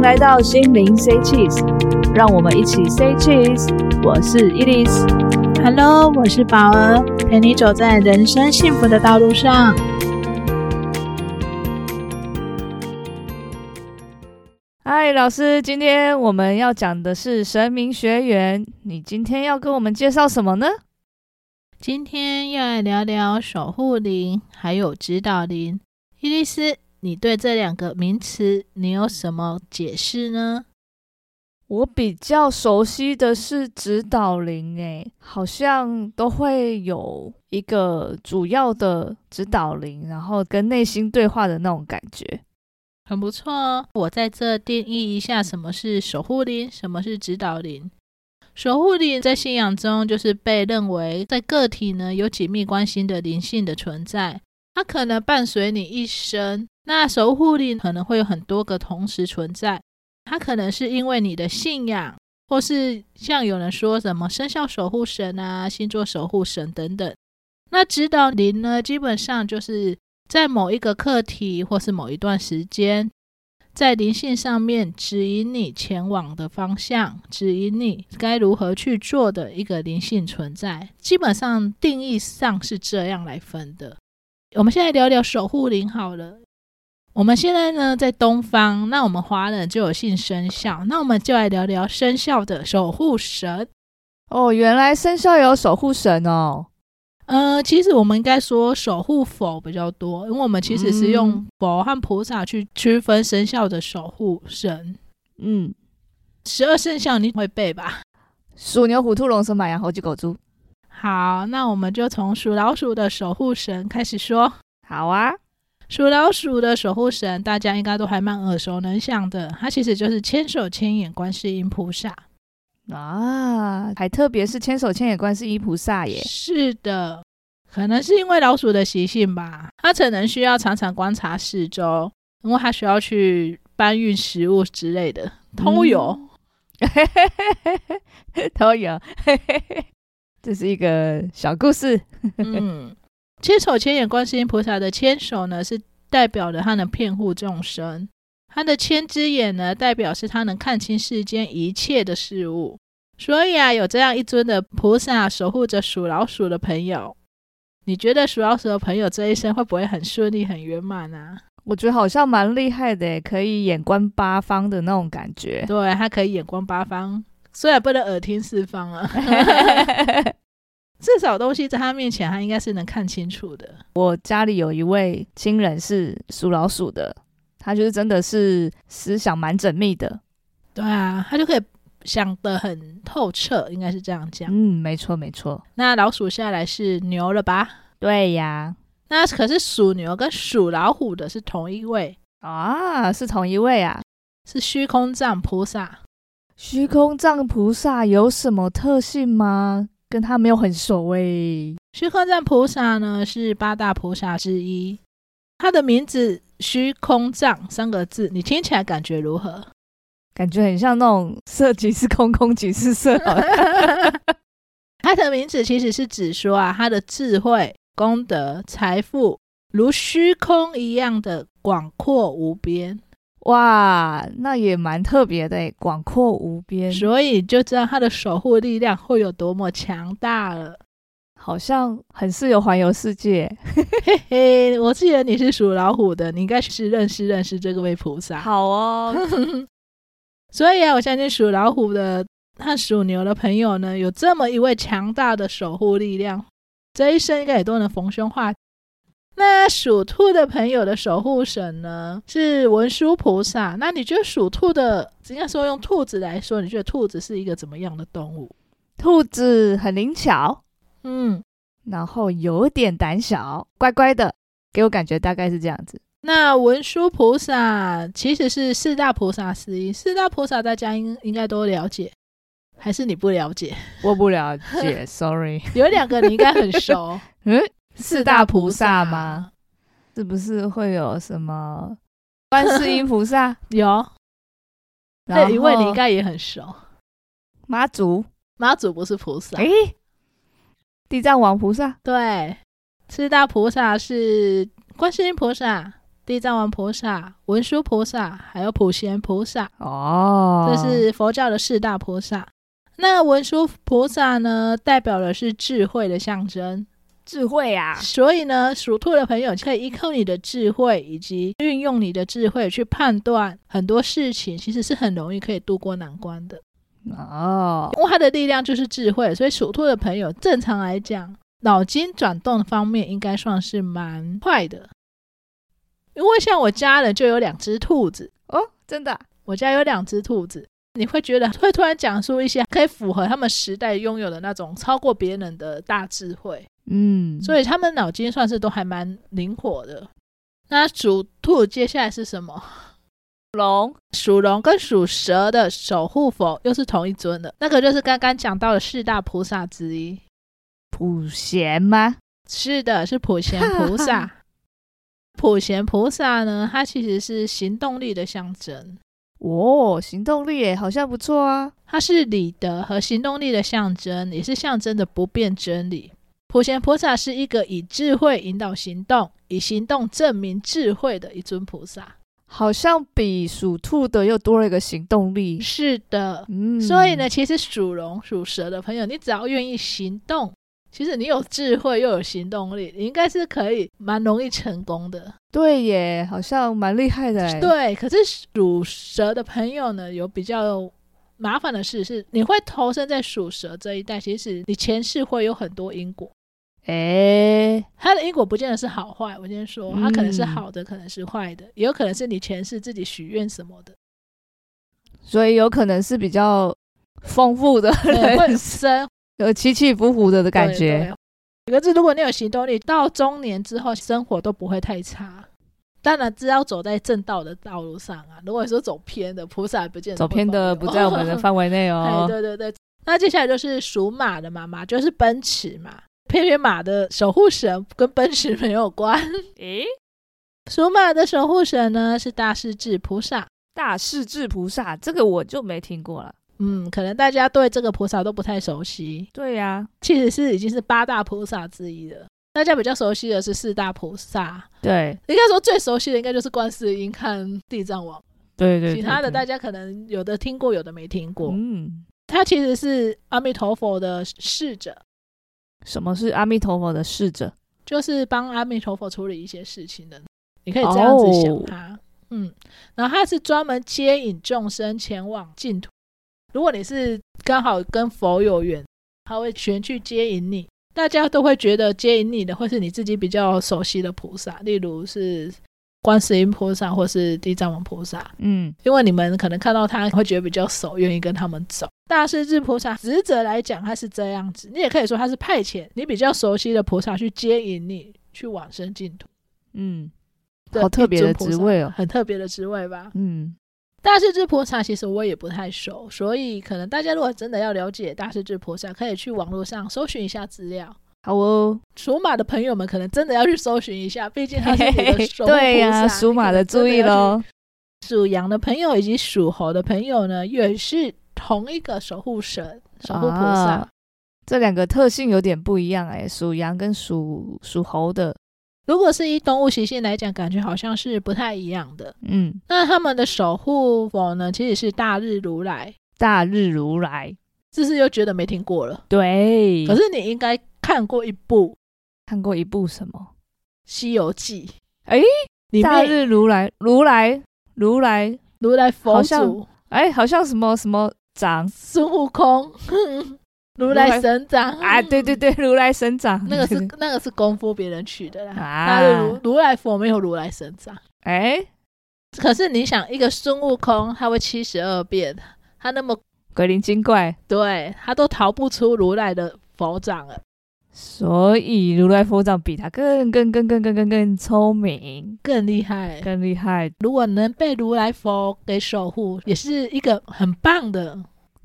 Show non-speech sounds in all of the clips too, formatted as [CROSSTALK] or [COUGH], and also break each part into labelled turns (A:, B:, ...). A: 来到心灵 Say Cheese，让我们一起 Say Cheese。我是伊丽丝，
B: Hello，我是宝儿，陪你走在人生幸福的道路上。
A: 嗨，老师，今天我们要讲的是神明学园，你今天要跟我们介绍什么呢？
B: 今天要来聊聊守护灵还有指导灵。伊丽丝，你对这两个名词你有什么解释呢？
A: 我比较熟悉的是指导灵，诶，好像都会有一个主要的指导灵，然后跟内心对话的那种感觉。
B: 很不错哦，我在这定义一下什么是守护灵，什么是指导灵。守护灵在信仰中就是被认为在个体呢有紧密关系的灵性的存在，它可能伴随你一生。那守护灵可能会有很多个同时存在，它可能是因为你的信仰，或是像有人说什么生肖守护神啊、星座守护神等等。那指导灵呢，基本上就是在某一个课题或是某一段时间，在灵性上面指引你前往的方向，指引你该如何去做的一个灵性存在。基本上定义上是这样来分的。我们现在聊聊守护灵好了。我们现在呢在东方，那我们华人就有信生肖，那我们就来聊聊生肖的守护神。
A: 哦，原来生肖有守护神哦。
B: 呃，其实我们应该说守护佛比较多，因为我们其实是用
A: 嗯
B: 佛和菩萨去区分生肖的守护神。
A: 嗯，
B: 十二生肖你会背吧？
A: 鼠、牛、虎、兔、龙、蛇、马、羊、猴、鸡、狗、猪。
B: 好，那我们就从属老鼠的守护神开始说。
A: 好啊，
B: 属老鼠的守护神，大家应该都还蛮耳熟能详的，它其实就是千手千眼观世音菩萨。
A: 啊，还特别是千手千眼观世音菩萨耶。
B: 是的，可能是因为老鼠的习性吧，它可能需要常常观察四周，因为它需要去搬运食物之类的，偷 [LAUGHS] 油。
A: 嗯 [LAUGHS] 都有，这是一个小故事。
B: 嗯，千手千眼观世音菩萨的千手呢，是代表了他能骗护众生；他的千只眼呢，代表是他能看清世间一切的事物。所以啊，有这样一尊的菩萨守护着属老鼠的朋友，你觉得属老鼠的朋友这一生会不会很顺利、很圆满啊？
A: 我觉得好像蛮厉害的耶，可以眼观八方的那种感 [LAUGHS] 觉。
B: 对，他可以眼观八方，虽然不能耳听四方啊， [LAUGHS] 至少东西在他面前，他应该是能看清楚的。
A: 我家里有一位亲人是属老鼠的，他就是真的是思想蛮缜密的。
B: 对啊，他就可以想得很透彻，应该是这样讲。
A: 嗯，没错没错，
B: 那老鼠下来是牛了吧？
A: 对呀，
B: 那可是属牛跟属老虎的是同一位，
A: 啊，是同一位啊。
B: 是虚空藏菩萨。
A: 虚空藏菩萨有什么特性吗？跟他没有很熟欸诶。
B: 虚空藏菩萨呢是八大菩萨之一，他的名字“虚空藏”三个字，你听起来感觉如何？
A: 感觉很像那种色即是空，空即是 [LAUGHS] 色，好像
B: [LAUGHS] 他的名字其实是指说啊，他的智慧、功德、财富如虚空一样的广阔无边。
A: 哇，那也蛮特别的耶，广阔无边，
B: 所以就知道他的守护力量会有多么强大了。
A: 好像很适合环游世界。
B: 嘿嘿，我记得你是属老虎的，你应该是认识认识这位菩萨。
A: 好哦，
B: [LAUGHS] 所以啊，我相信属老虎的和属牛的朋友呢，有这么一位强大的守护力量，这一生应该也都能逢凶化吉。那属兔的朋友的守护神呢是文殊菩萨。那你觉得属兔的，应该说用兔子来说，你觉得兔子是一个怎么样的动物？
A: 兔子很灵巧，
B: 嗯，
A: 然后有点胆小，乖乖的，给我感觉大概是这样子。
B: 那文殊菩萨其实是四大菩萨之一，四大菩萨大家应应该都了解，还是你不了解？
A: 我不了 [LAUGHS] 解，sorry。
B: 有两个你应该很熟，
A: 嗯，四大菩萨吗？？是不是会有什么观世音菩萨？
B: 有，还
A: 然
B: 有一位你应
A: 后
B: 该也很熟，
A: 妈祖，
B: 妈祖不是菩萨，
A: 诶，地藏王菩萨，
B: 对，四大菩萨是观世音菩萨、地藏王菩萨、文殊菩萨，还有普贤菩萨，
A: 哦，
B: 这是佛教的四大菩萨。那文殊菩萨呢，代表的是智慧的象征，
A: 智慧啊，
B: 所以呢，属兔的朋友可以依靠你的智慧以及运用你的智慧去判断很多事情，其实是很容易可以渡过难关的。
A: 哦，
B: 因为它的力量就是智慧，所以属兔的朋友正常来讲，脑筋转动方面应该算是蛮快的。因为像我家人就有两只兔子，
A: 哦，真的啊、
B: 我家有两只兔子，你会觉得会突然讲出一些可以符合他们时代拥有的那种超过别人的大智慧，
A: 嗯，
B: 所以他们脑筋算是都还蛮灵活的。那属兔接下来是什么？
A: 龙
B: 属龙跟属蛇的守护佛又是同一尊的，那个就是刚刚讲到的四大菩萨之一。
A: 普贤吗？
B: 是的，是普贤菩萨。普贤菩萨呢，它其实是行动力的象征，
A: 哦，行动力耶，好像不错啊。
B: 它是理德和行动力的象征，也是象征的不变真理。普贤菩萨是一个以智慧引导行动，以行动证明智慧的一尊菩萨。
A: 好像比属兔的又多了一个行动力，
B: 是的，
A: 嗯，
B: 所以呢，，其实属龙、属蛇的朋友，你只要愿意行动，其实你有智慧又有行动力，你应该是可以蛮容易成功的。
A: 对耶，好像蛮厉害的耶，，哎
B: 对，可是属蛇的朋友呢，有比较麻烦的事是，你会投身在属蛇这一代，其实你前世会有很多因果。
A: 哎，
B: 它的因果不见得是好坏，我先说，它可能是
A: 嗯
B: 好的，可能是坏的，也有可能是你前世自己许愿什么
A: [LAUGHS]
B: 的，
A: 所以有可能是比较丰富的
B: 对，会
A: 人
B: 很深
A: 有起起伏伏的的感觉。。
B: 对对可是如果你有行动力，到中年之后生活都不会太差。当然，只要走在正道的道路上啊。如果说走偏的，菩萨也不见得
A: 走
B: 会
A: 偏的
B: 保
A: 不
B: 佑
A: 在我们的范围内
B: [LAUGHS] 哎，
A: 哦。
B: 对对对。那接下来就是属马的嘛，马就是奔驰嘛。偏偏马的守护神跟奔驰没有关，
A: 诶，
B: 属马的守护神呢是大势至菩萨。
A: 大势至菩萨这个我就没听过了。
B: 嗯，可能大家对这个菩萨都不太熟悉，
A: 对呀、
B: 其实是已经是八大菩萨之一了。大家比较熟悉的是四大菩萨，
A: 对
B: 应该说最熟悉的应该就是观世音看地藏王，
A: 对对，
B: 其他的大
A: 家
B: 家可能有的听过，有的没听过。
A: 嗯，
B: 他其实是阿弥陀佛的侍者，
A: 什么是阿弥陀佛的侍者？
B: 就是帮阿弥陀佛处理一些事情的，你可以这样子想他。嗯，然后他是专门接引众生前往净土。如果你是刚好跟佛有缘，他会全去接引你。大家都会觉得接引你的会是你自己比较熟悉的菩萨，例如是观世音菩萨或是地藏王菩萨，
A: 嗯，
B: 因为你们可能看到他会觉得比较熟，愿意跟他们走。大势至菩萨职责来讲，他是这样子，你也可以说他是派遣你比较熟悉的菩萨去接引你去往生净土。
A: 嗯，
B: 对
A: 好特别的职，
B: 一尊
A: 位
B: 菩萨
A: 哦。
B: 很特别的职位吧？
A: 嗯，
B: 大势至菩萨其实我也不太熟，所以可能大家如果真的要了解大势至菩萨，可以去网络上搜寻一下资料。
A: 好哦。
B: 属马的朋友们可能真的要去搜寻一下，毕竟他是你
A: [LAUGHS]
B: 的守护菩萨。
A: 对呀、属马的注意
B: 喽。
A: 喽。
B: 属羊的朋友以及属猴的朋友呢，也是同一个守护神、守护菩萨。
A: 啊这两个特性有点不一样哎，属羊跟属属猴的，
B: 如果是以动物习性来讲，感觉好像是不太一样的。
A: 嗯，
B: 那他们的守护佛呢，其实是大日如来，
A: 大日如来，
B: 这是又觉得没听过了。
A: 对。
B: 可
A: 是
B: 是你应该看过一部《
A: 看过一部什么？
B: 西游记》，
A: 哎，
B: 里
A: 大
B: 面
A: 日如来，如来，如来，
B: 如来佛
A: 好像
B: 祖、
A: 哎，好像什么什么掌
B: 孙悟空、 [LAUGHS] 如来神掌
A: [LAUGHS] 啊，对对，对，如来神掌，
B: 那个是那个是功夫别人取的啦。
A: 啊
B: 大日如如来佛没有如来神掌。
A: 哎，
B: 可是你想，一个孙悟空他会七十二变，他那么
A: 鬼灵精怪，
B: 对他都逃不出如来的佛掌了，
A: 所以如来佛掌比他更更更更更更更聪明，
B: 更厉害。
A: 更厉害。
B: 如果能被如来佛给守护，也是一个很棒的。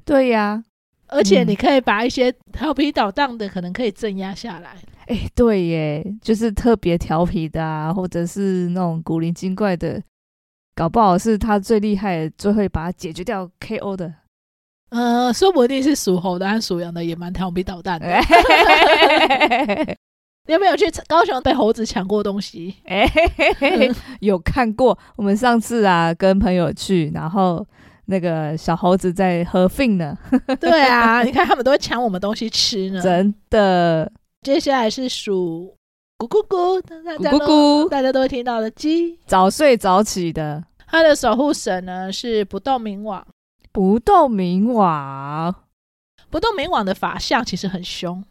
A: 对呀、
B: 而且
A: 嗯
B: 你可以把一些调皮捣蛋的，可能可以镇压下来。
A: 哎，对耶，就是特别调皮的啊，或者是那种古灵精怪的，搞不好是他最厉害的，最会把他解决掉 KO 的。 [LAUGHS]
B: 呃，
A: 哎
B: 说不定是属猴的和属羊的也蛮调皮捣蛋的。你有没有去高雄被猴子抢过东西？
A: [LAUGHS] 哎、嘿嘿嘿嘿有看过。我们上次啊，跟朋友去，然后那个小猴子在合并呢，
B: 对啊，你看他们都会抢我们东西吃呢。
A: 真的
B: 接下来是数咕咕咕，大
A: 咕
B: 家都
A: 咕咕，
B: 大家都会听到的鸡。
A: 早睡早起的
B: 它的守护神呢是不动明王，
A: 不动明王，
B: 不动明王的法相其实很凶，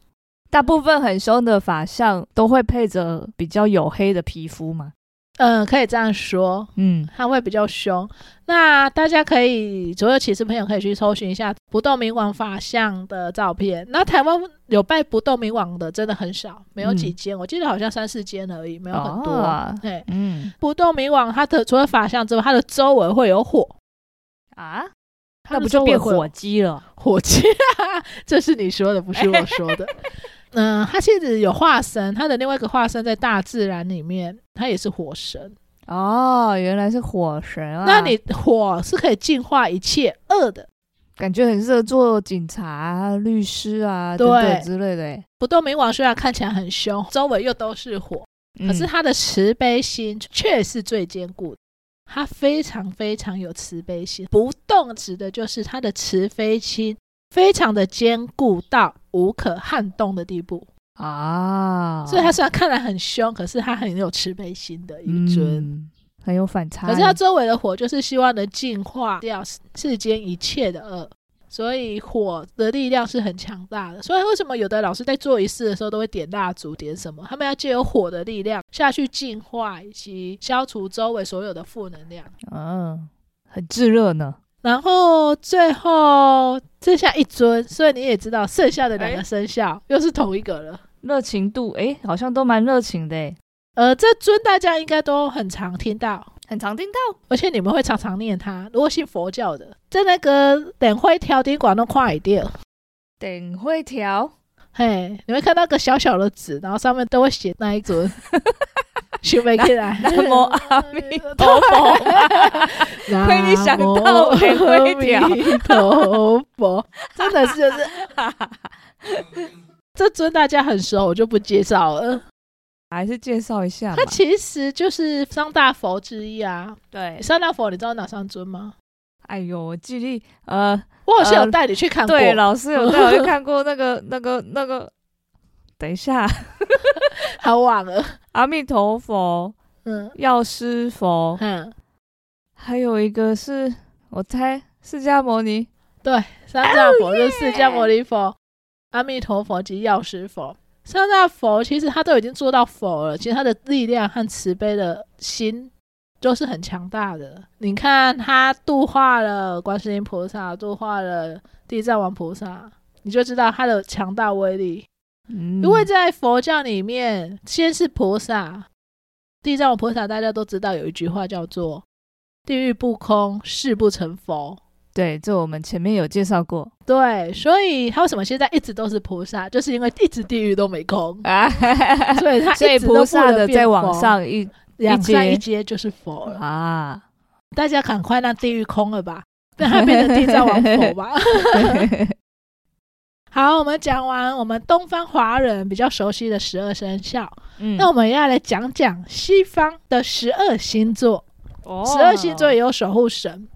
A: 大部分很凶的法相都会配着比较黝黑的皮肤嘛。
B: 嗯，可以这样说，
A: 嗯，
B: 它会比较凶。那大家可以左右骑士朋友可以去搜寻一下不动明王法相的照片。那台湾有拜不动明王的真的很少，没有几间，我记得好像三四间而已，没有很多。
A: 啊
B: 对，
A: 嗯
B: 不动明王它的除了法相之外，它的周围会有火，
A: 啊，
B: 它
A: 那
B: 的
A: 不就
B: 周围
A: 变
B: 会有
A: 火鸡了？
B: 火鸡，这是你说的，不是我说的。嗯，它现在有化身，它的另外一个化身在大自然里面，它也是火神。
A: 哦，原来是火神啊！
B: 那你火是可以净化一切恶的。
A: 感觉很适合做警察、啊、律师啊
B: 对
A: 等等之类的欸。
B: 不动明王虽然看起来很凶，周围又都是火，可
A: 嗯
B: 是他的慈悲心却是最坚固的。他非常非常有慈悲心，不动指的就是他的慈悲心非常的坚固到无可撼动的地步。
A: 啊，
B: 所以他虽然看来很凶，可是他很有慈悲心的一尊。
A: 嗯、很有反差欸。
B: 可是他周围的火就是希望能净化掉世间一切的恶，所以火的力量是很强大的。所以为什么有的老师在做仪式的时候都会点蜡烛、点什么？他们要借由火的力量下去净化以及消除周围所有的负能量。
A: 嗯，很炙热呢。
B: 然后最后剩下一尊，所以你也知道剩下的两个生肖、又是同一个了。
A: 热情度诶，好像都蛮热情的欸，
B: 呃，这尊大家应该都很常听到，
A: 很常听到。
B: 而且你们会常常念它。如果信佛教的，在那个等会挑滴管都快一点，
A: 等会调，
B: 嘿，你会看到个小小的纸，然后上面都会写那
A: [LAUGHS]
B: 一尊，想不起来。
A: 南无阿
B: [LAUGHS]
A: 弥陀佛。亏你想到我也会
B: 南
A: 调
B: 无阿弥陀佛，真的是就是这尊大家很熟，我就不介绍了。
A: [LAUGHS] 还是介绍一下吧
B: 它。其实就是三大佛之一啊。
A: 对，
B: 三大佛，你知道哪三尊吗？
A: 哎呦，我记忆力呃，
B: 我好像有
A: 呃
B: 带你去看过，
A: 对，老师有带 [LAUGHS] 我去看过那个那个那个。 [LAUGHS] 等一下，
B: 好忘了。
A: 阿弥陀佛，
B: 嗯
A: 药师佛，
B: 嗯，
A: 还有一个是我猜释迦牟尼。
B: 三大佛就是释迦牟尼佛、阿弥陀佛及药师佛。三大佛其实他都已经做到佛了，其实他的力量和慈悲的心都是很强大的。你看他度化了观世音菩萨，度化了地藏王菩萨，你就知道他的强大威力。
A: 嗯
B: 因为在佛教里面，先是菩萨，地藏王菩萨，大家都知道有一句话叫做“地狱不空，誓不成佛”。
A: 对，这我们前面有介绍 [LAUGHS] 过
B: 对，所以他为什么现在一直都是菩萨，就是因为一直地狱都没
A: [LAUGHS]
B: 空，
A: 啊，
B: 所以他
A: 所以
B: 一直都不
A: 菩萨
B: 能
A: 的
B: 变
A: 在往
B: 佛
A: 上一
B: 两上
A: 阶
B: 一阶就是佛
A: [LAUGHS]
B: 了。
A: 啊，
B: 大家赶快让地狱空了吧， [LAUGHS] 让他变成地藏王
A: [LAUGHS]
B: 佛吧。好，我们讲完我们东方华人比较熟悉的十二生肖，
A: 嗯
B: 那我们要来讲讲西方的十二星座。
A: 哦
B: 十二星座也有守护神，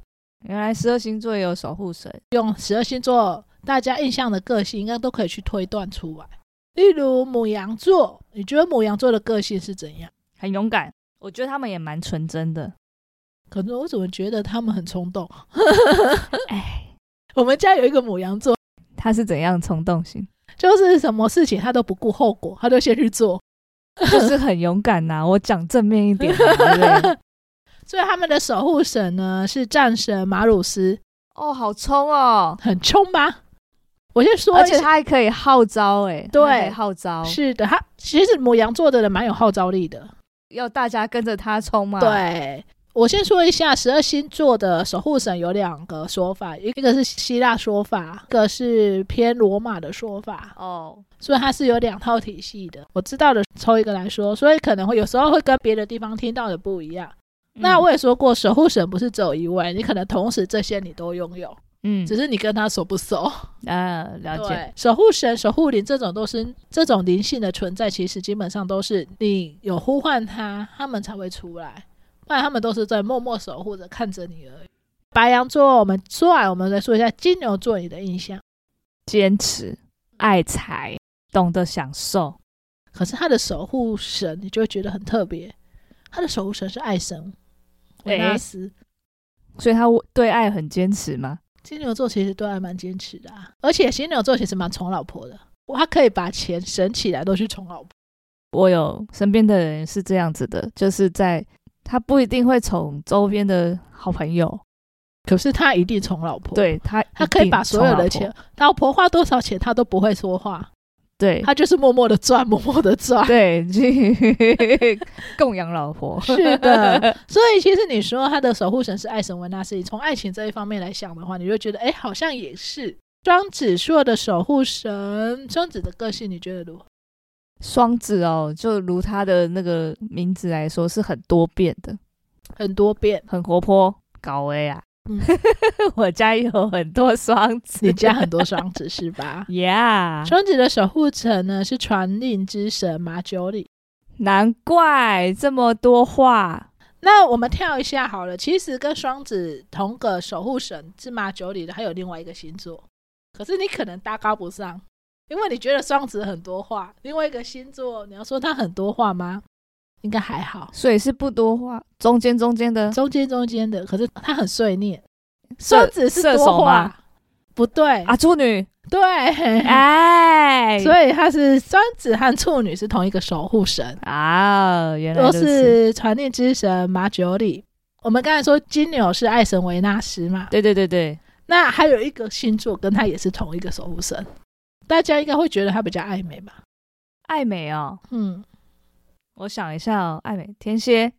A: 原来十二星座也有守护神，
B: 用十二星座大家印象的个性，应该都可以去推断出来。例如母羊座，你觉得母羊座的个性是怎样？
A: 很勇敢。我觉得他们也蛮纯真的。
B: 可能我怎么觉得他们很冲动？
A: 哎，
B: 我们家有一个母羊座，
A: 他是怎样冲动型？
B: 就是什么事情他都不顾后果，他就先去做，
A: [LAUGHS] 就是很勇敢呐、我讲正面一点嘛，对不对？
B: 所以他们的守护神呢是战神马鲁斯，
A: [LAUGHS] 哦，好冲哦！
B: 很冲吧？我先说
A: 而
B: 一
A: 且
B: 下，
A: 他还可以号召、哎，
B: 对
A: 他可以号召，
B: 是的，他其实母羊座的人蛮有号召力的。
A: 要大家跟着他冲嘛。，
B: 对，我先说一下十二星座的守护神有两个说法，一个是希腊说法，一个是偏罗马的说法，
A: 哦，
B: 所以它是有两套体系的。我知道的抽一个来说，所以可能会有时候会跟别的地方听到的不一样。那
A: 嗯
B: 我也说过，守护神不是只有一位，你可能同时这些你都拥有。
A: 嗯
B: 只，是你跟他熟不熟。
A: 啊，了解，
B: 对，守护神、守护灵这种都是这种灵性的存在，其实基本上都是你有呼唤他，他们才会出来，不然他们都是在默默守护着，看着你而已。白羊座，我们说完，我们再说一下金牛座你的印象。
A: 坚持、爱财、懂得享受，
B: 可是他的守护神，你就会觉得很特别。他的守护神是爱神维纳
A: 诶
B: 斯。
A: 所以他对爱很坚持吗？
B: 金牛座其实都还蛮坚持的、啊，而且金牛座其实蛮宠老婆的，他可以把钱省起来都去宠老婆。
A: 我有身边的人是这样子的，就是在他不一定会宠周边的好朋友，
B: 可是他一定宠老婆，，
A: 对他，
B: [LAUGHS] 他可以把所有的钱，，老婆花多少钱他都不会说话，
A: 对
B: 他就是默默的赚， [LAUGHS] 默默的赚。
A: 对，去 [LAUGHS] 供养老
B: [LAUGHS]
A: 婆，
B: 是的，所以其实你说他的守护神是爱神维纳斯，从爱情这一方面来想的话，你就觉得哎，好像也是双子座的守护神。双子的个性你觉得如何？
A: 双子哦，就如他的那个名字来说，是很多变的，
B: 很多变，
A: 很活泼，搞威啊！
B: 嗯
A: [LAUGHS] 我家有很多双子，？
B: 你家很多双子是吧
A: ，Yeah， [LAUGHS]
B: 双子的守护神呢是传令之神马九里。
A: 难怪这么多话。
B: 那我们跳一下好了，其实跟双子同个守护神是马九里的，还有另外一个星座，可是你可能搭高不上，因为你觉得双子很多话，另外一个星座你要说他很多话吗？应该还好，
A: 所以是不多话，中间中间的
B: 中间中间的，可是他很碎念。双子是
A: 射
B: 多
A: 手吗？
B: 话，不对，
A: 啊，处女，
B: 对，
A: 哎，
B: 所以他是双子和处女是同一个守护神。
A: 啊，原来
B: 都
A: 如此，
B: 是传令之神马九里。我们刚才说金牛是爱神维纳斯嘛，
A: 对对对对，
B: 那还有一个星座跟他也是同一个守护神，大家应该会觉得他比较爱美吧？
A: 爱美哦，
B: 嗯，
A: 我想一下哦，爱美，天蝎，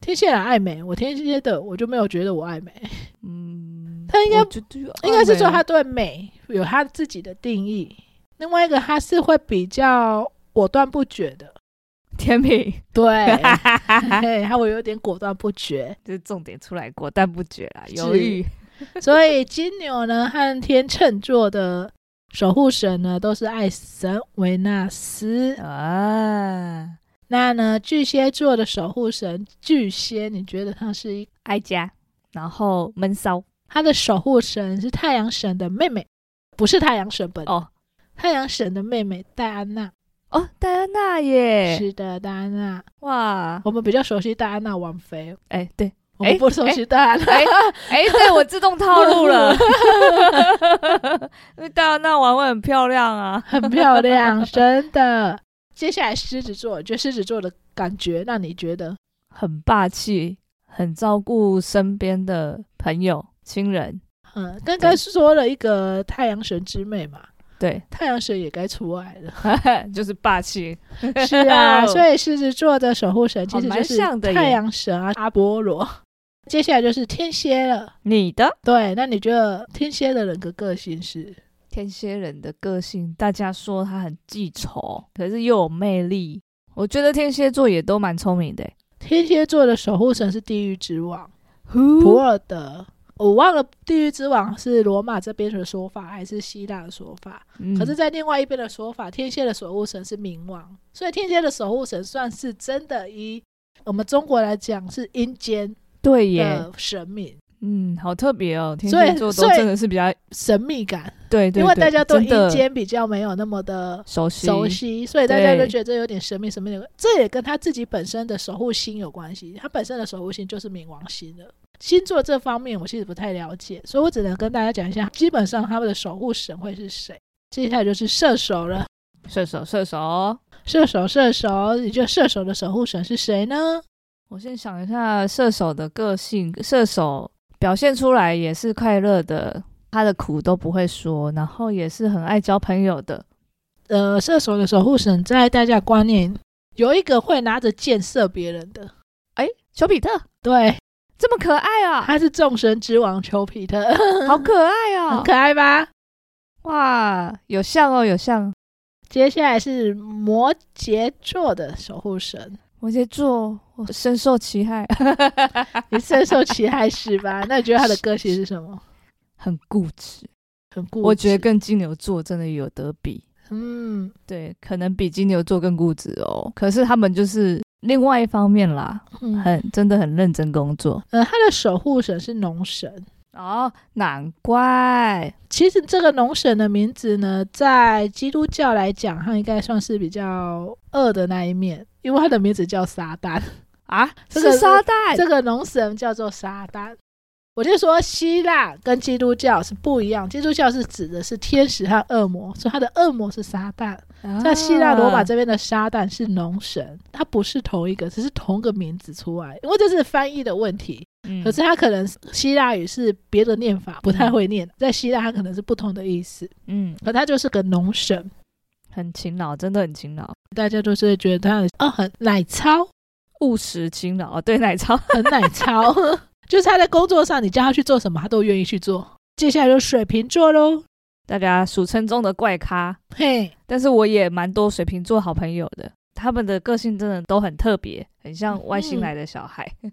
B: 天蝎男爱美，我天蝎的我就没有觉得我爱美，
A: 嗯，
B: 他应该
A: 我觉得
B: 应该是说
A: 爱美
B: 他对美有他自己的定义。另外一个他是会比较果断不决的，
A: 天秤，
B: [LAUGHS] 对，
A: [LAUGHS]
B: 嘿他会有点果断不决，
A: 这哎是重点出来过，但不绝啦，犹豫，
B: 所以金牛呢和天秤座的守护神呢都是爱神维纳斯。
A: 啊，
B: 那呢巨蟹座的守护神巨蟹，你觉得他是一
A: 爱家，然后闷骚
B: 他的守护神是太阳神的妹妹，不是太阳神本人
A: 哦
B: 太阳神的妹妹戴安娜。
A: 哦，戴安娜耶，
B: 是的，戴安娜，
A: 哇，
B: 我们比较熟悉戴安娜王妃，
A: 哎对，
B: 我们
A: 哎
B: 不熟悉
A: [LAUGHS]
B: 戴安娜。
A: 哎哎，对我自动套路 [LAUGHS] 了，因为戴安娜啊玩会很漂亮啊，
B: 很漂亮，真的。接下来狮子座，你觉得狮子座的感觉让你觉得
A: 很霸气，很照顾身边的朋友、亲人，
B: 嗯，刚刚
A: 对
B: 说了一个太阳神之妹嘛，
A: 对， [LAUGHS]
B: 太阳神也该出来了。
A: 就是霸气，
B: 是
A: [LAUGHS]
B: 啊，所以狮子座的守护神其实
A: 哦
B: 就
A: 蛮
B: 是
A: 像的耶
B: 太阳神啊，阿波罗。接下来就是天蝎了，
A: 你的
B: 对，那你觉得天蝎的人格个性是？
A: 天蝎人的个性，大家说他很记仇，可是又有魅力。我觉得天蝎座也都蛮聪明的欸。
B: 天蝎座的守护神是地狱之王普尔德，我忘了地狱之王是罗马这边的说法还是希腊的说法，
A: 嗯
B: 可是，在另外一边的说法，天蝎的守护神是冥王，所以天蝎的守护神算是真的以我们中国来讲是阴间
A: 对耶，
B: 的神明，
A: 嗯，好特别哦。天
B: 所以
A: 蝎座都
B: 所以
A: 真的是比较
B: 神秘感，
A: 对对对，
B: 因为大家对
A: 真的
B: 阴间比较没有那么的
A: 熟悉
B: 熟悉，所以大家
A: 对
B: 都觉得这有点神秘神秘的。这也跟他自己本身的守护星有关系，他本身的守护星就是冥王星了。星座这方面我其实不太了解，所以我只能跟大家讲一下，基本上他们的守护神会是谁。接下来就是射手了。
A: 射手射手。
B: 射手，射手，你觉得射手的守护神是谁呢？
A: 我先想一下射手的个性，射手表现出来也是快乐的，他的苦都不会说，然后也是很爱交朋友的。
B: 呃，射手的守护神在大家观念有一个会拿着箭射别人的，
A: 哎，丘比特
B: 对，
A: 这么可爱啊，
B: 他是众神之王丘比特，
A: 好可爱
B: [LAUGHS] 很
A: 哦！
B: 可爱吧？
A: 哇，有像哦，有像。
B: 接下来是摩羯座的守护神，
A: 摩羯座，我深 [LAUGHS] 受其害。啊 [LAUGHS]
B: 你深受其害是吧？那你觉得他的个性是什么？
A: 很固执。
B: 很固执。
A: 我觉得跟金牛座真的有得比，
B: 嗯，
A: 对，可能比金牛座更固执哦。可是他们就是另外一方面啦，
B: 嗯
A: 很真的很认真工作
B: 呃，他的守护神是农神。
A: 哦，难怪
B: 其实这个农神的名字呢，在基督教来讲，它应该算是比较恶的那一面，因为他的名字叫撒旦。
A: 啊，
B: 这个
A: 是沙袋
B: 这个农神叫做撒旦。我就说希腊跟基督教是不一样，基督教是指的是天使和恶魔，所以他的恶魔是撒旦。
A: 啊
B: 在希腊罗马这边的撒旦是农神，它不是同一个，只是同个名字出来，因为这是翻译的问题。
A: 边
B: 可是它可能希腊语是别的念法，不太会念，在希腊它可能是不同的意思。
A: 嗯嗯
B: 可他就是个农神，
A: 很勤劳，真的很勤劳，
B: 大家都是觉得他很哦很奶超，
A: 务实勤劳， [LAUGHS] 哦对奶超
B: 很奶超， [LAUGHS] 就是他在工作上你叫他去做什么，他都愿意去做。接下来就是水瓶座喽，
A: 大家俗称中的怪咖，
B: 嘿，
A: 但是我也蛮多水瓶座好朋友的，他们的个性真的都很特别，很像外星来的小孩， [LAUGHS]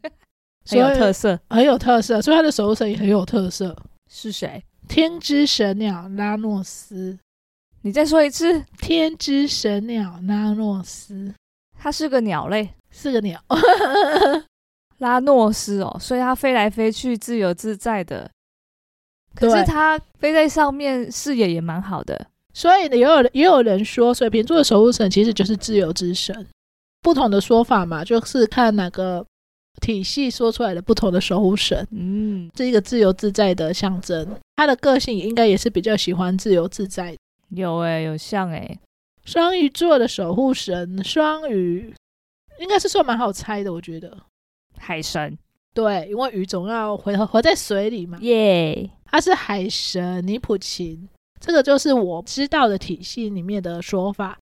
A: 很有
B: 所以
A: 特色。
B: 很有特色，所以他的守护神也很有特色。
A: 是谁？
B: 天之神鸟拉诺斯，
A: 你再说一次，
B: 天之神鸟拉诺斯
A: 它是个鸟类，
B: 是个鸟，
A: 拉诺斯哦，所以它飞来飞去，自由自在的。 [LAUGHS] 可是
B: 对
A: 它飞在上面，视野也蛮好的。
B: 所以呢，也有人也有人说，水瓶座的守护神其实就是自由之神，不同的说法嘛，就是看哪个体系说出来的不同的守护神，
A: 嗯，
B: 是一个自由自在的象征。他的个性应该也是比较喜欢自由自在的。
A: 有诶、有像欸诶、
B: 双鱼座的守护神，双鱼应该是算蛮好猜的，我觉得。
A: 海神
B: 对，因为鱼总要回活在水里嘛，
A: 耶
B: 他是海神尼普琴，这个就是我知道的体系里面的说法。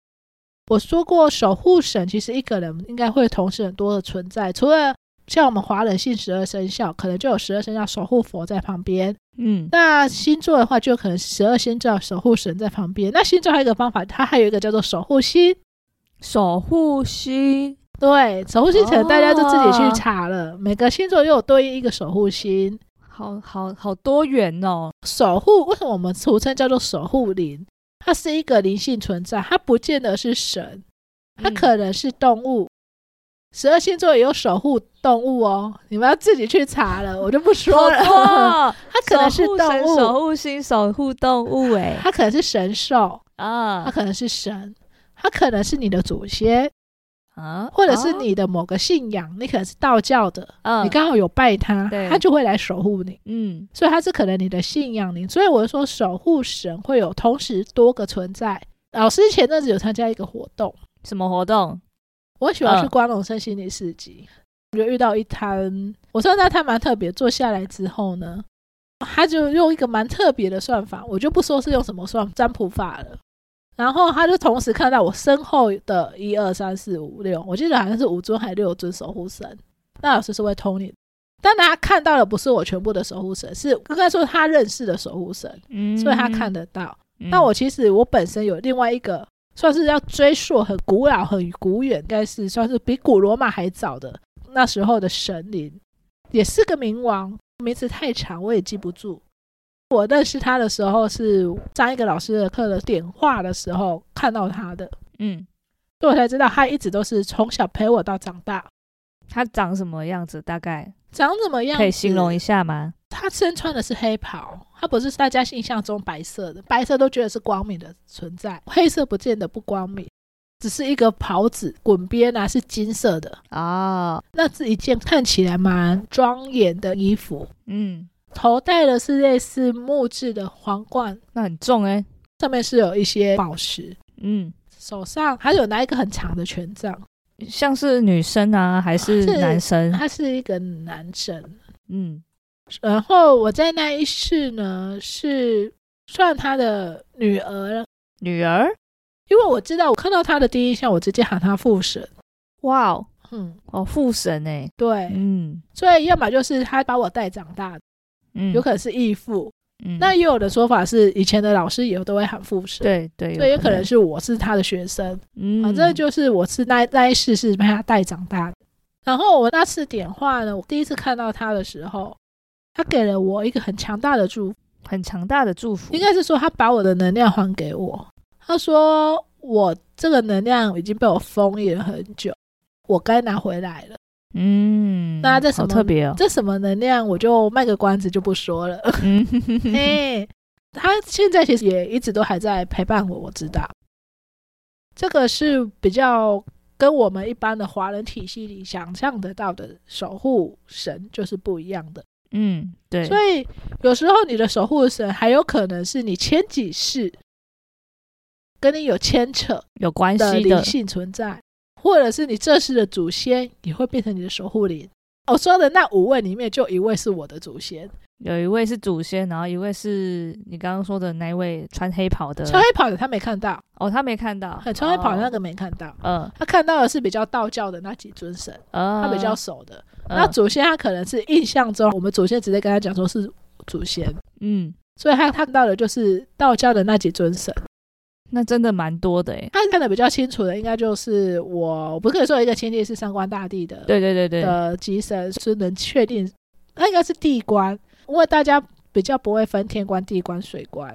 B: 我说过，守护神其实一个人应该会同时很多的存在，除了像我们华人信十二生肖，可能就有十二生肖守护佛在旁边。
A: 嗯，
B: 那星座的话，就可能十二星座守护神在旁边。那星座还有一个方法，它还有一个叫做守护星。
A: 守护星
B: 对，守护星可能大家就自己
A: 哦
B: 去查了，每个星座又有对应一个守护星。
A: 好好好多元哦。
B: 守护为什么我们俗称叫做守护灵？它是一个灵性存在，它不见得是神，它
A: 嗯
B: 可能是动物。十二星座也有守护动物哦，你们要自己去查了，我就不
A: [LAUGHS] 好
B: 说
A: 多
B: 了。
A: 哦
B: [LAUGHS] 它可能是
A: 守护神
B: 动
A: 守
B: 物，
A: 护星、守护动物、欸，
B: 它可能是神兽，它
A: 啊
B: 可能是神，它可能是你的祖先，
A: 啊，
B: 或者是你的某个信仰，你可能是道教的，
A: 啊，嗯
B: 你刚好有拜它
A: 对，
B: 它就会来守护你。
A: 嗯
B: 所以它是可能你的信仰灵。所以我说守护神会有同时多个存在。老师前阵子有参加一个活动，
A: 什么活动？
B: 我很喜欢去
A: 嗯
B: 关龙生心理市集，我就遇到一摊，我说那摊蛮特别。坐下来之后呢，他就用一个蛮特别的算法，我就不说是用什么算占卜法了。然后他就同时看到我身后的一二三四五六，我记得好像是五尊还六尊守护神。那老师是会通你，但他看到的不是我全部的守护神，是刚才说他认识的守护神，
A: 嗯
B: 所以他看，得到。
A: 嗯
B: 那我其实我本身有另外一个，算是要追溯很古老、很古远，应该是算是比古罗马还早的那时候的神灵，也是个冥王，名字太长我也记不住。我认识他的时候是上一个老师的课的点化的时候看到他的，
A: 嗯，
B: 所以我才知道他一直都是从小陪我到长大。
A: 他长什么样子？大概
B: 长怎么样？
A: 可以形容一下吗？
B: 他身穿的是黑袍，他不是大家印象中白色的，白色都觉得是光明的存在，黑色不见得不光明，只是一个袍子滚边啊是金色的，
A: 哦，
B: 那是一件看起来蛮庄严的衣服，
A: 嗯，
B: 头戴的是类似木质的皇冠，
A: 那很重哎、
B: 上面是有一些宝石，
A: 嗯，
B: 手上还有拿一个很长的权杖，
A: 像是女生啊，还是
B: 是啊
A: 男生？
B: 他是一个男神，
A: 嗯，
B: 然后我在那一世呢是算他的女儿
A: 女儿？
B: 因为我知道，我看到他的第一印象，我直接喊他父神。
A: 哇哦，
B: 嗯，
A: 哦，父神哎、
B: 对，
A: 嗯
B: 所以要么就是他把我带长大，
A: 嗯，
B: 有可能是义父。
A: 嗯
B: 那也有的说法是，以前的老师也都会喊父神，
A: 对对，
B: 所以也可能
A: 能，
B: 是我是他的学生。
A: 嗯，
B: 反正就是我是那那一世是被他带长大的。然后我那次点化呢，我第一次看到他的时候，他给了我一个很强大的祝福。
A: 很强大的祝福
B: 应。该是说他把我的能量还给我。他说我这个能量已经被我封印了很久，我该拿回来了。
A: 嗯，
B: 那这什
A: 好
B: 么
A: 特别哦。
B: 这什么能量，我就卖个关子就不说了。
A: 嗯， [LAUGHS]
B: 嘿，他现在其实也一直都还在陪伴我，我知道。这个是比较跟我们一般的华人体系里想象得到的守护神就是不一样的，
A: 嗯，对，
B: 所以有时候你的守护神还有可能是你前几世跟你有牵扯
A: 有关
B: 的
A: 系
B: 灵
A: 的，
B: 性存在，或者是你这世的祖先也会变成你的守护灵。我说的那五位里面就一位是我的祖先，
A: 有一位是祖先，然后一位是你刚刚说的那一位穿黑袍的。
B: 穿黑袍的他没看到，
A: 哦，他没看到，
B: 很穿黑袍的那
A: 哦，
B: 个没看到。
A: 嗯
B: 他看到的是比较道教的那几尊神，
A: 呃，
B: 他比较熟的。
A: 嗯
B: 那祖先他可能是印象中，我们祖先直接跟他讲说是祖先，
A: 嗯，
B: 所以他看到的就是道教的那几尊神。
A: 那真的蛮多的欸诶。
B: 他看的比较清楚的，应该就是我，我不是跟你说有一个亲戚是三官大帝的
A: 对对对对，
B: 的吉神，是能确定，那应该是地官，因为大家比较不会分天官、地官、水官，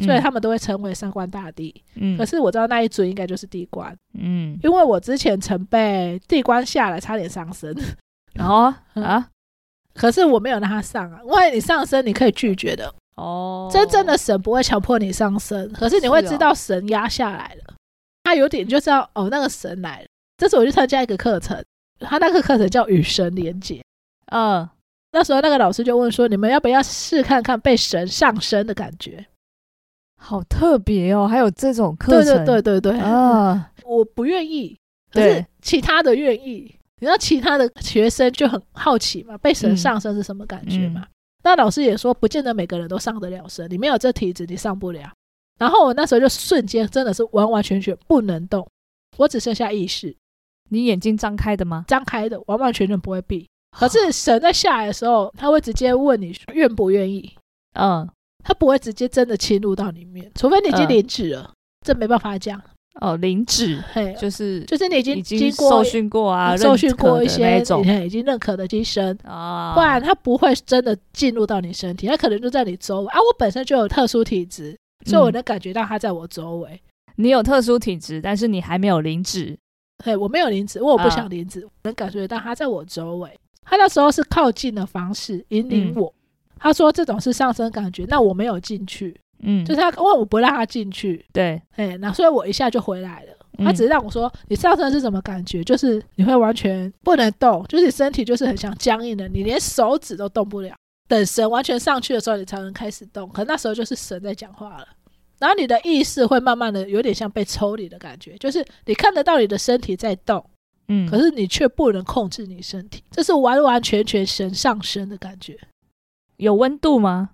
B: 所以他们都会称为三官大帝。
A: 嗯，
B: 可
A: 嗯
B: 是我知道那一尊应该就是地官，
A: 嗯，
B: 因为我之前曾被地官下来，差点上身。
A: 然后啊啊
B: 可是我没有让他上啊，因为你上身你可以拒绝的，
A: 哦，
B: 真正的神不会强迫你上身，可是你会
A: 是哦
B: 知道神压下来了，他有点就知道哦，那个神来了。这次我去参加一个课程，他那个课程叫与神连结。
A: 嗯，
B: 那时候那个老师就问说，你们要不要试看看被神上身的感觉？
A: 好特别哦，还有这种课
B: 对
A: 程，
B: 对对对对，
A: 啊，
B: 我不愿意，可
A: 对
B: 是其他的愿意。你知道其他的学生就很好奇嘛，被
A: 嗯
B: 神上身是什么感觉嘛？那老师也说，不见得每个人都上得了身，你没有这体质，你上不了。然后我那时候就瞬间真的是完完全全不能动，我只剩下意识，
A: 你眼睛张开的吗？
B: 张开的，完完全全不会闭。可是神在下来的时候，他会直接问你愿不愿意，
A: 嗯
B: 他不会直接真的侵入到里面，除非你已经
A: 嗯
B: 领旨了，这没办法讲。
A: 哦，灵指
B: 嘿，
A: 就是
B: 就是你已经
A: 已
B: 经
A: 经
B: 过
A: 受训过啊，
B: 受训
A: 认可
B: 过
A: 的
B: 一些
A: 那种
B: 你看已经认可的医生，
A: 啊，
B: 不然他不会真的进入到你身体，他可能就在你周围啊。我本身就有特殊体质，所以我
A: 嗯
B: 能感觉到他在我周围。
A: 你有特殊体质，但是你还没有灵指，
B: 对，我没有灵子，因为我不
A: 啊
B: 想灵子，能感觉到他在我周围。他那时候是靠近的方式引
A: 嗯
B: 领我。他说这种是上升感觉，那我没有进去，
A: 嗯，
B: 就是他因为我不让他进去，
A: 对，
B: 哎，那所以我一下就回来了。他
A: 嗯
B: 只是让我说，你上身是什么感觉？就是你会完全不能动，就是你身体就是很像僵硬的，你连手指都动不了。等神完全上去的时候，你才能开始动。可那时候就是神在讲话了，然后你的意识会慢慢的有点像被抽离的感觉，就是你看得到你的身体在动，
A: 嗯，
B: 可是你却不能控制你身体，这是完完全全神上身的感觉。
A: 有温度吗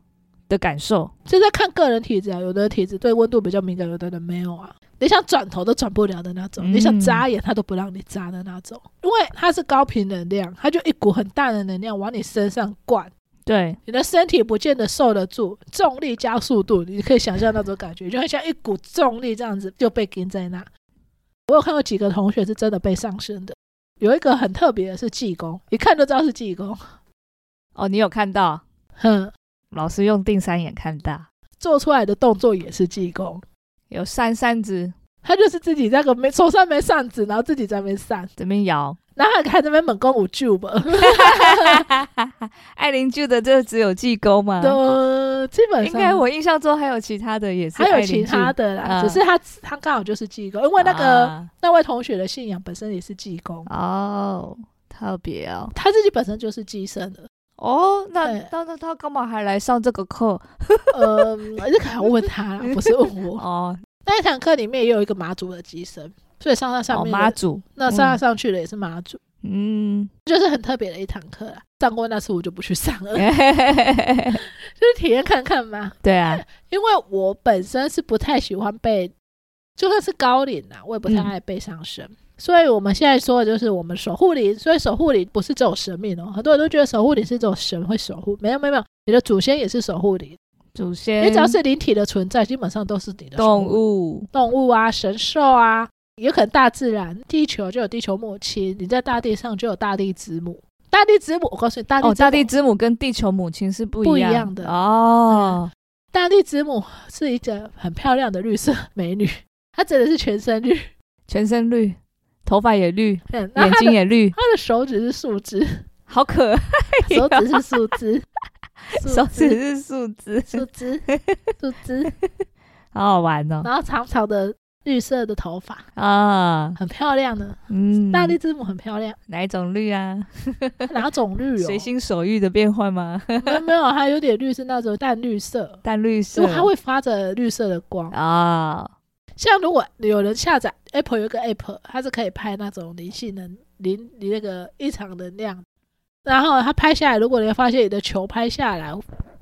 A: 的感受？
B: 这在看个人体质啊，有的人体质对温度比较敏感，有的人没有啊。你想转头都转不了的那种，
A: 嗯
B: 你想眨眼他都不让你眨的那种，因为它是高频能量，它就一股很大的能量往你身上灌，
A: 对，
B: 你的身体不见得受得住，重力加速度，你可以想象那种感觉，就很像一股重力这样子就被跟在那。我有看过几个同学是真的被上身的，有一个很特别的是济公，一看就知道是济公，
A: 哦，你有看到
B: 哼，
A: 老师用定三眼看大，
B: 做出来的动作也是济公。
A: 有扇扇子
B: 他就是自己那个没手上没扇子，然后自己在那边扇，
A: 这边摇，
B: 然后还还在那边猛攻五舅吧，
A: [LAUGHS] 爱灵剧的这只有济公吗？
B: [LAUGHS] 都基本上
A: 啊应该我印象中还有其他的也是
B: 还
A: 爱
B: 有
A: 灵
B: 其
A: 剧，
B: 他的啦，
A: 嗯
B: 只是他他刚好就是济公，因为那个、
A: 啊
B: 那位同学的信仰本身也是济公，
A: 哦，特别哦，
B: 他自己本身就是济生的， [LAUGHS]
A: 哦，那
B: 对
A: 那那他干嘛还来上这个课？
B: 呃，这可能要问他啦，不是问
A: [LAUGHS]
B: 我。
A: 哦，
B: 那一堂课里面也有一个马祖的济生，所以上上上
A: 哦，
B: 面的、
A: 妈祖，
B: 那上上上去的也是马祖，
A: 嗯， [LAUGHS]
B: 就是很特别的一堂课啦。上过那次我就不去上
A: 嗯
B: 了， [LAUGHS] 就是体验看看嘛。
A: 对啊，
B: 因为我本身是不太喜欢被，就算是高龄啊，我也不太
A: 嗯
B: 爱被上身。所以我们现在说的就是我们守护灵，所以守护灵不是只有神明哦，很多人都觉得守护灵是只有神会守护，没有没有没有，你的祖先也是守护灵，
A: 祖
B: 你
A: 先
B: 只要是灵体的存在，基本上都是你的守
A: 动
B: 护灵、
A: 物，
B: 嗯动物啊、神兽啊，也可能大自然，地球就有地球母亲，你在大地上就有大地之母，哦大地之母，我告诉你，大地之母、
A: 哦，大地之母跟地球母亲是不
B: 不一
A: 样
B: 样的
A: 哦，
B: 大地之母是一个很漂亮的绿色美女，她真的是全身绿，
A: 全身绿，头发也绿，
B: [LAUGHS] 嗯然后
A: 眼
B: 她
A: 睛
B: 的
A: 也绿，
B: 她的手指是树
A: [LAUGHS]
B: 枝，
A: 好可
B: [LAUGHS]
A: 爱
B: 手
A: 哦、
B: 指是树
A: [LAUGHS]
B: 枝，
A: 手
B: 树
A: 指
B: 枝
A: 是树枝，
B: 树
A: [LAUGHS]
B: 枝树枝，
A: 好好玩哦
B: 然后长长的绿色的头发，
A: 啊！
B: 很漂亮的。
A: 嗯，
B: 大地之母很漂
A: [LAUGHS]
B: 亮，
A: 哪一种绿啊？
B: 哪种绿哦？
A: 随心所欲的变换吗？ [LAUGHS]
B: 没有没有，它有点绿是那种淡绿色，
A: 淡绿
B: 因
A: 色
B: 哦为它会发着绿色的光。
A: 啊，
B: 像如果有人下载 Apple 有一个 App，它是可以拍那种灵性能灵你那个异常能量，然后它拍下来，如果你发现你的球拍下来，